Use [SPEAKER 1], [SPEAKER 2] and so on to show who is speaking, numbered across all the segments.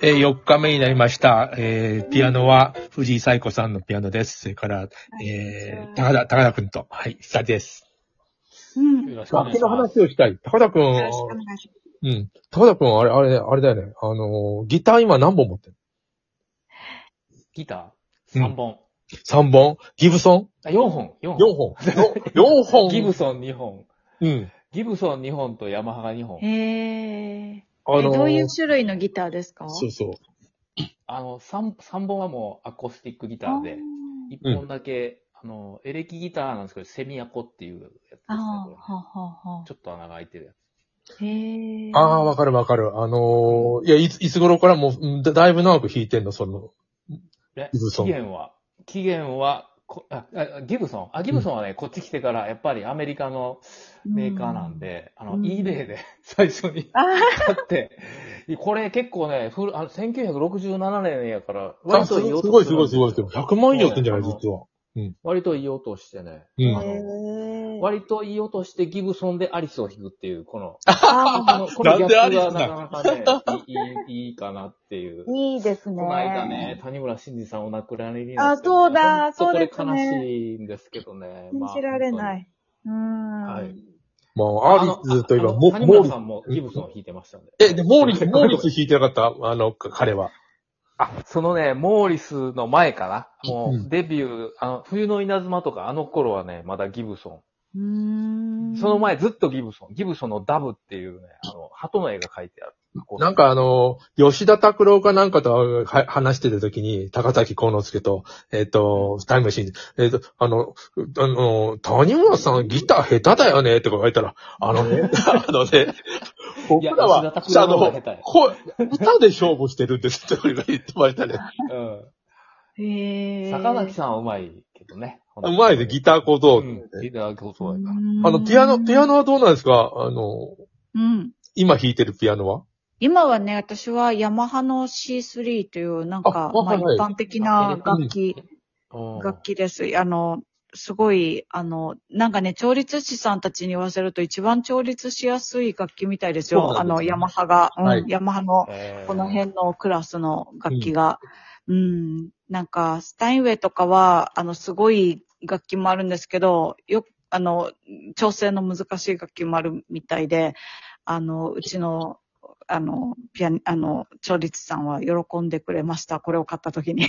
[SPEAKER 1] えー、4日目になりました。えー、ピアノは藤井彩子さんのピアノです。それから、えー、高田、高田くんと、はい、久です。
[SPEAKER 2] うん。
[SPEAKER 3] よろしくお願
[SPEAKER 1] 楽器
[SPEAKER 3] いし
[SPEAKER 1] の
[SPEAKER 3] ます。
[SPEAKER 1] 話をしたい。高田くん、
[SPEAKER 2] よろしくお願いします。
[SPEAKER 1] うん。高田くん、あれ、あれ、あれだよね。あのー、ギター今何本持ってる
[SPEAKER 3] ギタ
[SPEAKER 1] う
[SPEAKER 3] ー
[SPEAKER 1] ん
[SPEAKER 3] 3本。
[SPEAKER 1] ?3 本ギブソ
[SPEAKER 3] あ、4本。4
[SPEAKER 1] ン
[SPEAKER 3] 本。
[SPEAKER 1] ?4 本。4本。
[SPEAKER 3] ギブソン2本。
[SPEAKER 1] うん。
[SPEAKER 3] ギブソン2本とヤマハが2本。
[SPEAKER 2] へえ。
[SPEAKER 1] あのー
[SPEAKER 2] どういう種類のギターですか
[SPEAKER 1] そうそう。
[SPEAKER 3] あの、3、三本はもうアコースティックギターで、1本だけ、あの、エレキギターなんですけど、セミアコっていうやつですね
[SPEAKER 2] あーあー、は
[SPEAKER 3] こ
[SPEAKER 2] あはあは
[SPEAKER 3] れ。ちょっと穴が開いてるや
[SPEAKER 2] あ。へえ。
[SPEAKER 1] ああ、わかるわかる。あのー、いや、いつ、いつ頃からもう、うんだだいぶ長く弾いてんの、その。ギブ
[SPEAKER 3] つ。
[SPEAKER 1] ソ
[SPEAKER 3] で、
[SPEAKER 1] ン
[SPEAKER 3] 期限は、期限は、こああギブソンあ、ギブソンはね、こっち来てから、やっぱりアメリカのメーカーなんで、あの、
[SPEAKER 2] うん
[SPEAKER 3] eBay で 最初に
[SPEAKER 2] あ
[SPEAKER 3] 買って、これ結構ね、古あの1967年やから、
[SPEAKER 1] あ
[SPEAKER 3] 割
[SPEAKER 1] すご
[SPEAKER 3] といい
[SPEAKER 1] い
[SPEAKER 3] 音
[SPEAKER 1] すごい
[SPEAKER 3] す
[SPEAKER 1] す
[SPEAKER 3] るん
[SPEAKER 1] ご
[SPEAKER 3] で
[SPEAKER 1] いす
[SPEAKER 3] よ
[SPEAKER 1] ごい。100万以上ってんじゃない
[SPEAKER 3] そうね
[SPEAKER 1] 実は。
[SPEAKER 3] 割といい音してね。
[SPEAKER 1] うん
[SPEAKER 3] あ
[SPEAKER 2] へ
[SPEAKER 3] の
[SPEAKER 2] え。
[SPEAKER 3] 割といい音してギブソンでアリスを弾くっていう、この、こ
[SPEAKER 2] あ
[SPEAKER 3] の、このギャップが
[SPEAKER 1] な
[SPEAKER 3] なかなかね、いい、いいいいかなっていう
[SPEAKER 2] ー。いいですね。
[SPEAKER 3] この間ね、谷村新司さんお亡くなりにな
[SPEAKER 2] あ
[SPEAKER 3] って、
[SPEAKER 2] そうだ
[SPEAKER 3] 本当
[SPEAKER 2] そうで
[SPEAKER 3] これ
[SPEAKER 2] す
[SPEAKER 3] 悲
[SPEAKER 2] ね
[SPEAKER 3] しいんですけどね。
[SPEAKER 2] 信じられない。うーん。
[SPEAKER 3] まあ。本当にはい。
[SPEAKER 1] まあ、アリスといえば、
[SPEAKER 3] あの
[SPEAKER 1] モ
[SPEAKER 3] 谷
[SPEAKER 1] モー
[SPEAKER 3] 村
[SPEAKER 1] リス
[SPEAKER 3] さ。んもギブソン弾いてましたんで。
[SPEAKER 1] え、で、モーリス、
[SPEAKER 3] ごめん
[SPEAKER 1] モーリス弾いてなかったあの、か彼は。
[SPEAKER 3] あ、そのね、モーリスの前かな。も
[SPEAKER 1] うん
[SPEAKER 3] う、デビュー、あの、冬の稲妻とか、あの頃はね、まだギブソ
[SPEAKER 2] うーん。
[SPEAKER 3] ン。その前ずっとギブソン。ギブソンのダブっていうね、あの、鳩の絵が描いてある。
[SPEAKER 1] なんかあの、吉田拓郎かなんかとは話してた時に、高崎幸之助と、えっ、と、タイムマシーン、えっ、と、あの、あの、谷村さんギター下手だよねって言われたら、あのね、あの ね、僕ら
[SPEAKER 3] いや
[SPEAKER 1] は、
[SPEAKER 3] 吉田
[SPEAKER 1] あ
[SPEAKER 3] 拓郎の方が
[SPEAKER 1] の
[SPEAKER 3] 下手や、
[SPEAKER 1] こう歌で勝負してるんですって俺が言ってましたね。
[SPEAKER 3] う
[SPEAKER 2] へ
[SPEAKER 3] ん。
[SPEAKER 2] え。
[SPEAKER 3] 坂崎さんはうまいけどね。
[SPEAKER 1] うまいで、ギタ
[SPEAKER 3] タ
[SPEAKER 1] ー小僧。
[SPEAKER 3] うん、ギターそうやから。
[SPEAKER 1] あの、ピアノ、ピアノ。はどうなんですかあの、
[SPEAKER 2] うん。
[SPEAKER 1] 今弾いてるピアノは
[SPEAKER 2] 今はね、私はヤマハの C3 という、なんか、
[SPEAKER 1] あ
[SPEAKER 2] まあ
[SPEAKER 1] はい
[SPEAKER 2] 一
[SPEAKER 1] はい
[SPEAKER 2] 般的な楽器、
[SPEAKER 3] うん
[SPEAKER 2] 楽器です。あの、すごい、あの、なんかね、調律師さんたちに言わせると一番調律しやすい楽器みたいですよ。
[SPEAKER 1] そうな
[SPEAKER 2] あ
[SPEAKER 1] んですね
[SPEAKER 2] の、ヤマハが、うん
[SPEAKER 1] はい
[SPEAKER 2] ヤマハの、
[SPEAKER 3] えー
[SPEAKER 2] この辺のクラスの楽器が。うん、なんか、スタインウェイとかは、あの、すごい楽器もあるんですけど、よく、あの、調整の難しい楽器もあるみたいで、あの、うちの、あの、ピアニ、あの、調律さんは喜んでくれました。これを買った時に。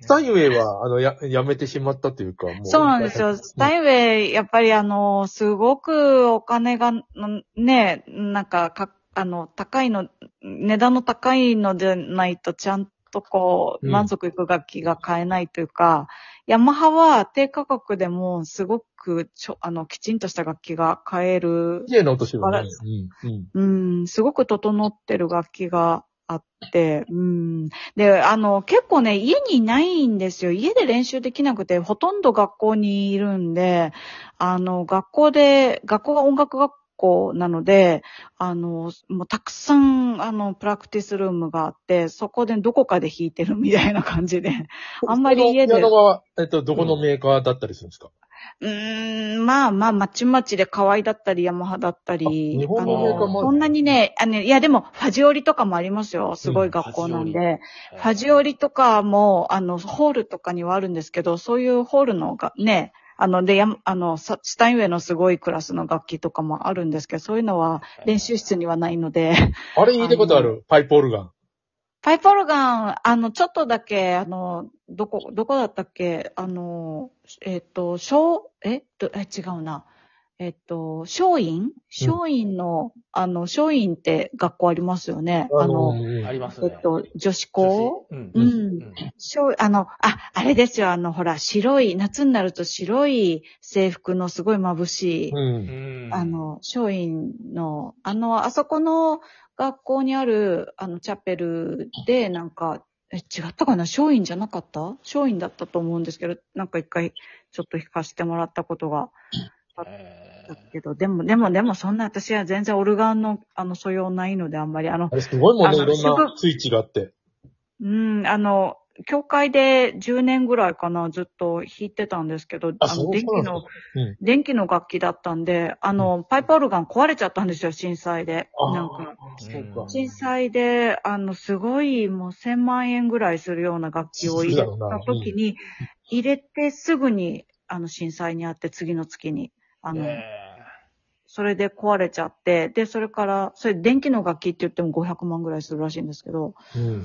[SPEAKER 1] スタインウェイは、あの、や、やめてしまったというか、もう。
[SPEAKER 2] そうなんですよ。スタインウェイ、やっぱりあの、すごくお金が、んね、なんかか、あの、高いの、値段の高いのでないと、ちゃんとこう、
[SPEAKER 1] うん
[SPEAKER 2] 満足いく楽器が買えないというか、ヤマハは低価格でも、すごくちょ、あの、きちんとした楽器が買える、
[SPEAKER 1] 綺麗な音してる
[SPEAKER 2] バ
[SPEAKER 1] ね
[SPEAKER 2] ラン。
[SPEAKER 1] うん。うん。
[SPEAKER 2] うん、すごく整ってる楽器が、あって、うん。で、あの、結構ね、家にいないんですよ。家で練習できなくて、ほとんど学校にいるんで、あの、学校で、学校が音楽学校なので、あの、もうたくさん、あの、プラクティスルームがあって、そこでどこかで弾いてるみ たいな感じで。あんまり家で
[SPEAKER 1] このピアノは、えっと、どこのメーカーだったりするんですか、
[SPEAKER 2] うーん、まあまあ、まちまちで河合だったり、ヤマハだったり。
[SPEAKER 1] あ日本
[SPEAKER 3] のメーカー
[SPEAKER 2] あ
[SPEAKER 3] もある
[SPEAKER 2] そんなにね、あの、いやでも、ファジオリとかもありますよ。すごい学校なんで。ファジオリとかも、あの、ホールとかにはあるんですけど、そういうホールのが、ね、あの、で、やんあの、さスタインウェイのすごいクラスの楽器とかもあるんですけど、そういうのは練習室にはないので、
[SPEAKER 1] あれ弾いたことあるパイプオルガン。
[SPEAKER 2] パイプオルガン、あの、ちょっとだけ、あの、どこ、どこだったっけ、あの、えっ、と、小、えどえ、違うな。えっ、と、松陰松陰の、あの、松陰って学校ありますよね。あの、
[SPEAKER 1] うん
[SPEAKER 3] あります
[SPEAKER 2] え
[SPEAKER 3] ね。
[SPEAKER 2] っと、女子校
[SPEAKER 3] 女子
[SPEAKER 2] う
[SPEAKER 3] うんん。
[SPEAKER 2] 小、あの、あ、あれですよ、あの、ほら、白い、夏になると白い制服のすごい眩しい、
[SPEAKER 1] う。
[SPEAKER 3] うんん。
[SPEAKER 2] あの、松陰の、あの、あそこの学校にある、あの、チャペルで、なんか、え、違ったかな松陰じゃなかった松陰だったと思うんですけど、なんか一回、ちょっと弾かせてもらったことがだっ
[SPEAKER 3] え
[SPEAKER 2] たけど、でも、でも、でも、そんな私は全然オルガンの、あの、素養ないので、あんまり、あの
[SPEAKER 1] あ、れすごいもんね、
[SPEAKER 2] あ
[SPEAKER 1] いろん
[SPEAKER 2] すご
[SPEAKER 1] ないスイッチがあって。
[SPEAKER 2] うん、あの、教会で10年ぐらいかな、ずっと弾いてたんですけど、
[SPEAKER 1] あ
[SPEAKER 2] あ
[SPEAKER 1] そ
[SPEAKER 2] の、
[SPEAKER 1] う
[SPEAKER 2] 電
[SPEAKER 1] そう
[SPEAKER 2] 気
[SPEAKER 1] な
[SPEAKER 2] の
[SPEAKER 1] ん、うん
[SPEAKER 2] 電気の楽器だったんで、あの、パイプオルガン壊れちゃったんですよ、震災で。なんか。
[SPEAKER 1] あーそうか
[SPEAKER 3] うん。
[SPEAKER 2] 震災で、あの、すごい、もう1000万円ぐらいするような楽器を入れた時に、入れてすぐに、あの、震災にあって、次の月に。あ
[SPEAKER 3] ー
[SPEAKER 2] の、
[SPEAKER 3] え
[SPEAKER 2] それで壊れちゃって、で、それから、それ電気の楽器って言っても500万ぐらいするらしいんですけど、
[SPEAKER 1] う。
[SPEAKER 3] ーうんん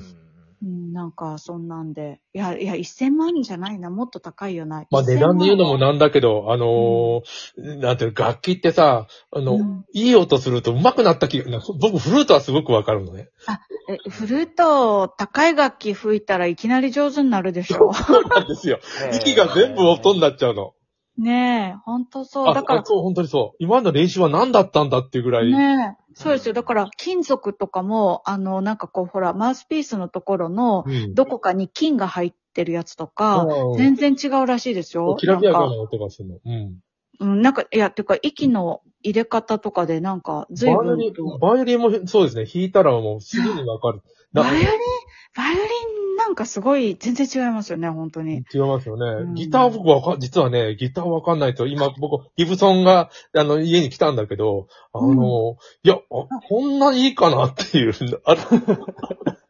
[SPEAKER 2] うん、なんか、そんなんで。いや、いや、1000万じゃないな、もっと高いよな。
[SPEAKER 1] まあ
[SPEAKER 2] 1000万
[SPEAKER 1] 値段で言うのもなんだけど、あのーなんていうの、楽器ってさ、あの、
[SPEAKER 2] うん
[SPEAKER 1] いい音すると上手くなった気が、なんか僕フルートはすごくわかるのね。
[SPEAKER 2] え、フルート、高い楽器吹いたらいきなり上手になるでしょ。
[SPEAKER 1] なんですよ。息が全部音になっちゃうの。
[SPEAKER 2] ねえ、ほんとそう。
[SPEAKER 1] あ、
[SPEAKER 2] だから
[SPEAKER 1] あ、そう、本当にそう。今の練習は何だったんだっていうぐらい。
[SPEAKER 2] ねえ、そうです
[SPEAKER 3] う
[SPEAKER 2] よ。
[SPEAKER 3] ん
[SPEAKER 2] だから、金属とかも、あの、なんかこう、ほら、マウスピースのところの、
[SPEAKER 1] うん。
[SPEAKER 2] どこかに金が入ってるやつとか、
[SPEAKER 1] うん
[SPEAKER 2] 全然違うらしいですよ。
[SPEAKER 1] キラキラ
[SPEAKER 2] な
[SPEAKER 1] か
[SPEAKER 2] んか
[SPEAKER 1] な音がするの。うん。
[SPEAKER 2] うん、なんか、いや、てか、息の入れ方とかで、なんか、随
[SPEAKER 1] バイオ
[SPEAKER 2] 分
[SPEAKER 1] リン、バイオリンもそうですね。弾いたらもうすぐにわかる。な
[SPEAKER 2] バイオリン、バイオリンなんかすごい、全然違いますよね、本当に。
[SPEAKER 1] 違いますよ
[SPEAKER 2] う
[SPEAKER 1] ね。
[SPEAKER 2] ん
[SPEAKER 1] ギター僕わか、実はね、ギターわかんないと、今僕、ギブソンが、あの、家に来たんだけど、あの、いや、あこんなにいいかなっていう、あれ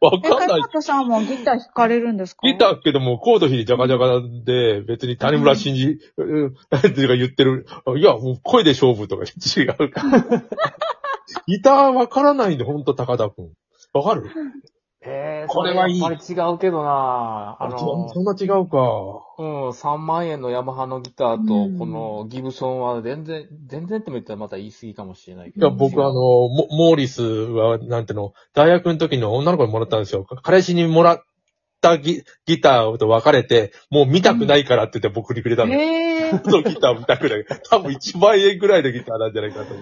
[SPEAKER 1] わ
[SPEAKER 2] え、
[SPEAKER 1] かん
[SPEAKER 2] カ
[SPEAKER 1] ない
[SPEAKER 2] イ。トさんもギター弾かれるんですか
[SPEAKER 1] ギターけども、コード弾いてジャカジャカで、別に谷村新司、うん、なんていうか言ってる、いや、もう声で勝負とか違うから。ギターわからないんで、ほんと高田くん。わかる
[SPEAKER 3] えー、
[SPEAKER 1] これはいい
[SPEAKER 3] やっぱり違うけどな
[SPEAKER 1] あ
[SPEAKER 3] あ
[SPEAKER 1] の
[SPEAKER 3] の
[SPEAKER 1] そ、んな違うか。
[SPEAKER 3] うん、3万円のヤマハのギター
[SPEAKER 2] うん
[SPEAKER 3] と、このギブソンは全然、全然っても言ったらまた言い過ぎかもしれないけ
[SPEAKER 1] い
[SPEAKER 3] ど。
[SPEAKER 1] や、僕、あの、モモーリスは、なんていうの、大学の時の女の子にもらったんですよ。彼氏にもらったギギターと別れて、もう見たくないからって言って僕にくれたの。
[SPEAKER 2] えー、
[SPEAKER 1] そうギター見たくない。多分1万円くらいのギターなんじゃないかと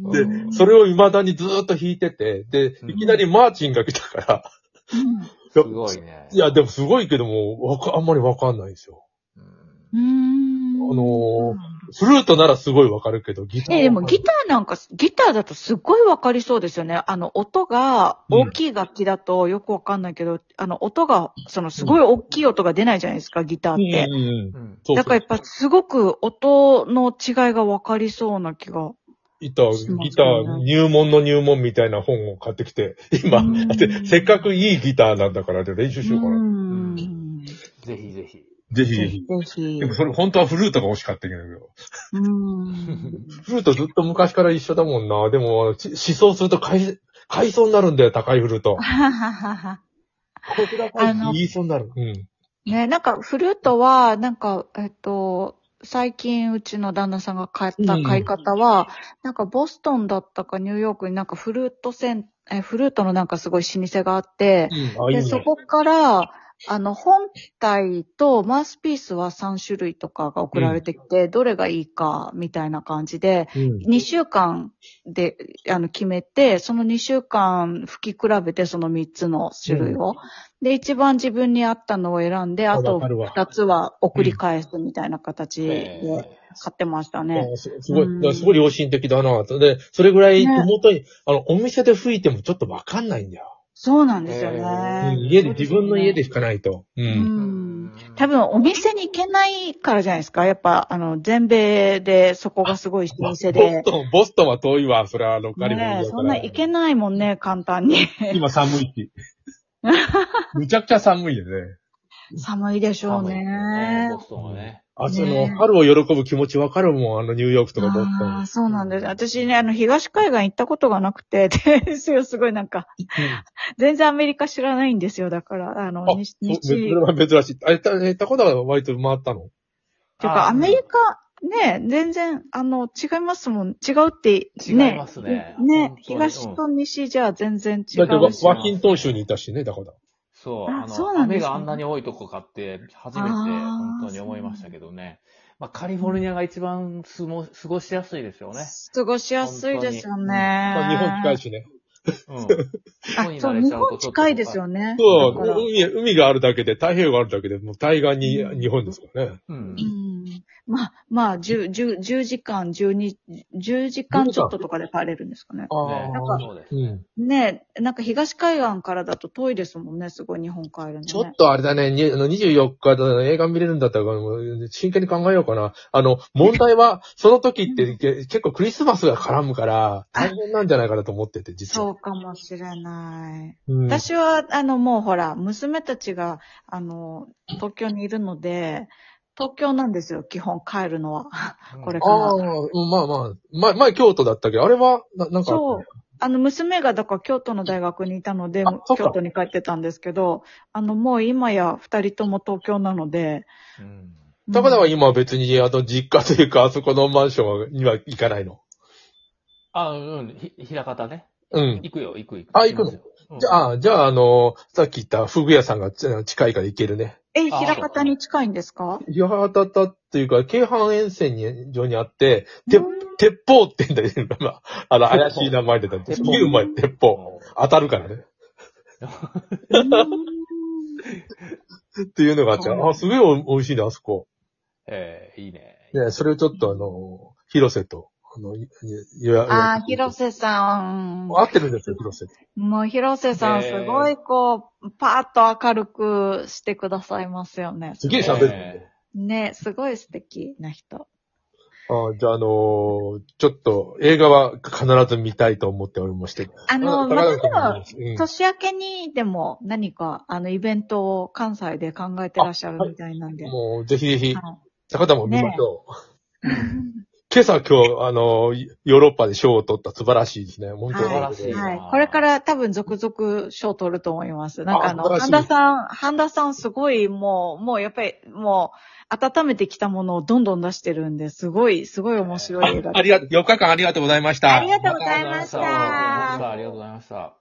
[SPEAKER 1] 思う。で
[SPEAKER 3] うん
[SPEAKER 1] それを未だにずーっと弾いてて、で、
[SPEAKER 3] うん
[SPEAKER 1] いきなりマーチンが来たから、
[SPEAKER 3] すごいね。
[SPEAKER 1] いや、でもすごいけども、わか、あんまりわかんないですよ。
[SPEAKER 3] うん
[SPEAKER 2] うん。うーん。
[SPEAKER 1] あのフルートならすごいわかるけど、ギターは。
[SPEAKER 2] え、でもギターなんか、ギターだとすっごいわかりそうですよね。あの、音が
[SPEAKER 1] うん
[SPEAKER 2] 大きい楽器だとよくわかんないけど、あの、音が、そのすごい大きい音が出ないじゃないですか、ギターっ
[SPEAKER 1] うん
[SPEAKER 2] て。
[SPEAKER 1] うんうん。
[SPEAKER 3] うん。
[SPEAKER 1] そうそう
[SPEAKER 2] だからやっぱすごく音の違いがわかりそうな気が。
[SPEAKER 1] ギター、ギター、入門の入門みたいな本を買ってきて、今、
[SPEAKER 2] うん
[SPEAKER 1] だってせっかくいいギターなんだからで練習しようかな。
[SPEAKER 2] ん。ぜ
[SPEAKER 3] ぜひぜひ。
[SPEAKER 1] ぜひぜ
[SPEAKER 2] ひ
[SPEAKER 1] ひ。
[SPEAKER 2] ぜひ
[SPEAKER 1] で。もそれ本当はフルートが欲しかったけど。
[SPEAKER 2] うん。
[SPEAKER 1] フルートずっと昔から一緒だもんな。でも、あのち思想すると買い、買いそうになるんだよ、高いフルー ト。
[SPEAKER 2] はははは。
[SPEAKER 1] こちら
[SPEAKER 2] あの
[SPEAKER 1] 言いそうになる。うん。
[SPEAKER 2] ね、なんかフルートは、なんか、えっと、最近うちの旦那さんが買った
[SPEAKER 1] うん
[SPEAKER 2] 買い方は、なんかボストンだったかニューヨークになんかフルートセン、え、フルートのなんかすごい老舗があって、
[SPEAKER 1] うん、あ、いい
[SPEAKER 2] で、
[SPEAKER 1] ね。
[SPEAKER 2] そこから、あの、本体とマウスピースは3種類とかが送られてきて、どれがいいか、みたいな感じで、
[SPEAKER 1] うん。
[SPEAKER 2] 2週間で、あの、決めて、その2週間吹き比べて、その3つの種類を。で、一番自分に合ったのを選んで、あ
[SPEAKER 1] あわ
[SPEAKER 2] と
[SPEAKER 1] かるわ
[SPEAKER 2] 2つは送り返すみたいな形で買ってましたね。
[SPEAKER 1] あすすごい、
[SPEAKER 2] うん
[SPEAKER 1] だからすごい良心的だな。で、それぐらい
[SPEAKER 2] ね
[SPEAKER 1] 手元に、あの、お店で吹いてもちょっとわかんないんだよ。
[SPEAKER 2] そうなんですよね。
[SPEAKER 1] う、
[SPEAKER 3] うんん
[SPEAKER 1] 家で、自分の家で弾かないと。う。
[SPEAKER 2] うんん。多分、お店に行けないからじゃないですか。やっぱ、あの、全米でそこがすごい老
[SPEAKER 1] ボス
[SPEAKER 2] 舗で。
[SPEAKER 1] トン、ボストンは遠いわ。それはロカリブ
[SPEAKER 2] ね
[SPEAKER 1] だ
[SPEAKER 2] え、
[SPEAKER 1] か
[SPEAKER 2] そんな
[SPEAKER 1] ら。
[SPEAKER 2] 行けないもんね、簡単に。
[SPEAKER 1] 今寒いし。むちゃくちゃ寒いよね。
[SPEAKER 2] 寒いでしょうね
[SPEAKER 3] 寒いですね。ボストンはね。
[SPEAKER 1] あ、
[SPEAKER 2] ね
[SPEAKER 1] その、春を喜ぶ気持ちわかるもん。あの、ニューヨークとかボスト
[SPEAKER 2] あ
[SPEAKER 1] ン
[SPEAKER 2] あ、。そうなんです。私ね、あの、東海岸行ったことがなくて、 ですよ、すごいなんか、全然アメリカ知らないんですよ、だから、あの、
[SPEAKER 1] あ
[SPEAKER 2] 西、
[SPEAKER 1] そう
[SPEAKER 2] 西
[SPEAKER 1] それは珍しい。あ、えた、えたことは割と回ったの
[SPEAKER 2] ていうか、
[SPEAKER 3] あー
[SPEAKER 2] アメリカ、ね、全然、あの、違いますもん、違うって、
[SPEAKER 3] 違いますね
[SPEAKER 2] ね
[SPEAKER 3] 本当に
[SPEAKER 2] 東と西じゃ全然違
[SPEAKER 1] だって
[SPEAKER 2] う
[SPEAKER 1] ワ、
[SPEAKER 2] し。
[SPEAKER 1] ワキントン州にいたしね、だから。
[SPEAKER 3] そう、
[SPEAKER 2] あ
[SPEAKER 3] あ
[SPEAKER 2] そう
[SPEAKER 3] の、
[SPEAKER 2] なんで
[SPEAKER 3] 雨
[SPEAKER 2] すね
[SPEAKER 3] があんなに多いとこかって、初めて
[SPEAKER 2] あー
[SPEAKER 3] 本当に思いましたけどね。まあ、カリフォルニアが一番すも過ごしやすいですよね。
[SPEAKER 2] 過ごしやすいですよね。
[SPEAKER 1] まあ、日本近いしね。
[SPEAKER 3] うん。
[SPEAKER 2] あ
[SPEAKER 3] 日
[SPEAKER 2] そ
[SPEAKER 3] 本
[SPEAKER 2] う、
[SPEAKER 3] に慣れ
[SPEAKER 2] 日
[SPEAKER 3] ちゃうと
[SPEAKER 2] 本近いですよね。
[SPEAKER 1] そう、
[SPEAKER 2] だから
[SPEAKER 1] 海、海があるだけで、太平洋があるだけで、もう対岸に
[SPEAKER 2] うん
[SPEAKER 1] 日本ですからね。
[SPEAKER 3] うん
[SPEAKER 2] うんうんまあ、まあ、10、10 10時間、12、10時間ちょっととかで帰れるんですかね。
[SPEAKER 1] あ
[SPEAKER 3] ね
[SPEAKER 2] なんか
[SPEAKER 1] あ。
[SPEAKER 3] そうです。
[SPEAKER 1] うん。
[SPEAKER 2] ねえ、なんか東海岸からだと遠いですもんね、すごい日本帰るのね。
[SPEAKER 1] ちょっとあれだね、にあの24日だ映画見れるんだったら、もう真剣に考えようかな。あの、問題は、 その時ってけ結構クリスマスが絡むから、大変なんじゃないかなと思ってて、実
[SPEAKER 2] そ
[SPEAKER 1] は。
[SPEAKER 2] うかもしれない。
[SPEAKER 1] うん
[SPEAKER 2] 私は、あの、もうほら、娘たちが、あの、東京にいるので、東京なんですよ、基本帰るのは。これ
[SPEAKER 1] ああ、うんまあまあ。前、前京都だったけど、あれは、ななんかあった
[SPEAKER 2] そう。あの、娘が、だから京都の大学にいたので
[SPEAKER 1] あ、そっか
[SPEAKER 2] 京都に帰ってたんですけど、あの、もう今や二人とも東京なので、
[SPEAKER 3] うん
[SPEAKER 2] うん
[SPEAKER 1] 高田は今別に、あの、実家というか、あそこのマンションには行かないの。
[SPEAKER 3] あ、うん、ひ、ひらかたね。
[SPEAKER 1] うん。
[SPEAKER 3] 行くよ、行く、行く。
[SPEAKER 1] あ行くの
[SPEAKER 3] きますようん
[SPEAKER 1] じゃあ、じゃあ、あの、さっき言った、フグ屋さんがち近いから行けるね。
[SPEAKER 2] え、
[SPEAKER 3] あ
[SPEAKER 2] 平方に近いんですか
[SPEAKER 1] 八幡だっていうか、京阪沿線に、上にあって、て 鉄砲って言うんだよ、今。あの、怪しい名前でだって。す
[SPEAKER 3] 鉄
[SPEAKER 1] げ
[SPEAKER 3] 砲
[SPEAKER 1] えうまい、鉄砲。当たるからね。
[SPEAKER 2] うん
[SPEAKER 1] っていうのがあって、あ、すげえお美味しいね、あそこ。
[SPEAKER 3] ええいいね。
[SPEAKER 1] ね、それをちょっとあの、広瀬と、あの、予約。
[SPEAKER 2] ああ、広瀬さん。
[SPEAKER 1] 合ってるんですよ、広瀬。
[SPEAKER 2] もう広瀬さん、
[SPEAKER 3] ねえ
[SPEAKER 2] すごいこう、パーッと明るくしてくださいますよね。
[SPEAKER 1] すげえ喋るんだよ
[SPEAKER 3] え。
[SPEAKER 2] ね、すごい素敵な人。
[SPEAKER 1] あじゃあ、あのーちょっと、映画は必ず見たいと思っておりまして。
[SPEAKER 2] あの、ま
[SPEAKER 1] 高
[SPEAKER 2] た
[SPEAKER 1] 田
[SPEAKER 2] で
[SPEAKER 1] 君
[SPEAKER 2] も、
[SPEAKER 1] うん
[SPEAKER 2] 年明けにでも何か、あの、イベントを関西で考えてらっしゃるみたいなんで。
[SPEAKER 1] もう、ぜひぜひ、
[SPEAKER 2] は
[SPEAKER 1] 高田も見ましょう。 今朝今日、あのーヨーロッパで賞を取った素晴らしいですね。本当
[SPEAKER 2] はい
[SPEAKER 3] 素
[SPEAKER 2] い
[SPEAKER 3] 晴らし
[SPEAKER 2] はい。これから多分続々賞取ると思います。なんかあの、
[SPEAKER 1] あ素晴らしい
[SPEAKER 2] 半田さん、半田さんすごいもう、もうやっぱり、もう、温めてきたものをどんどん出してるんで、すごい、すごい面白い映画です
[SPEAKER 1] あありがとう、4日間ありがとうございました。
[SPEAKER 2] ありがとうございました
[SPEAKER 3] ありがとうございましたありがとうございました。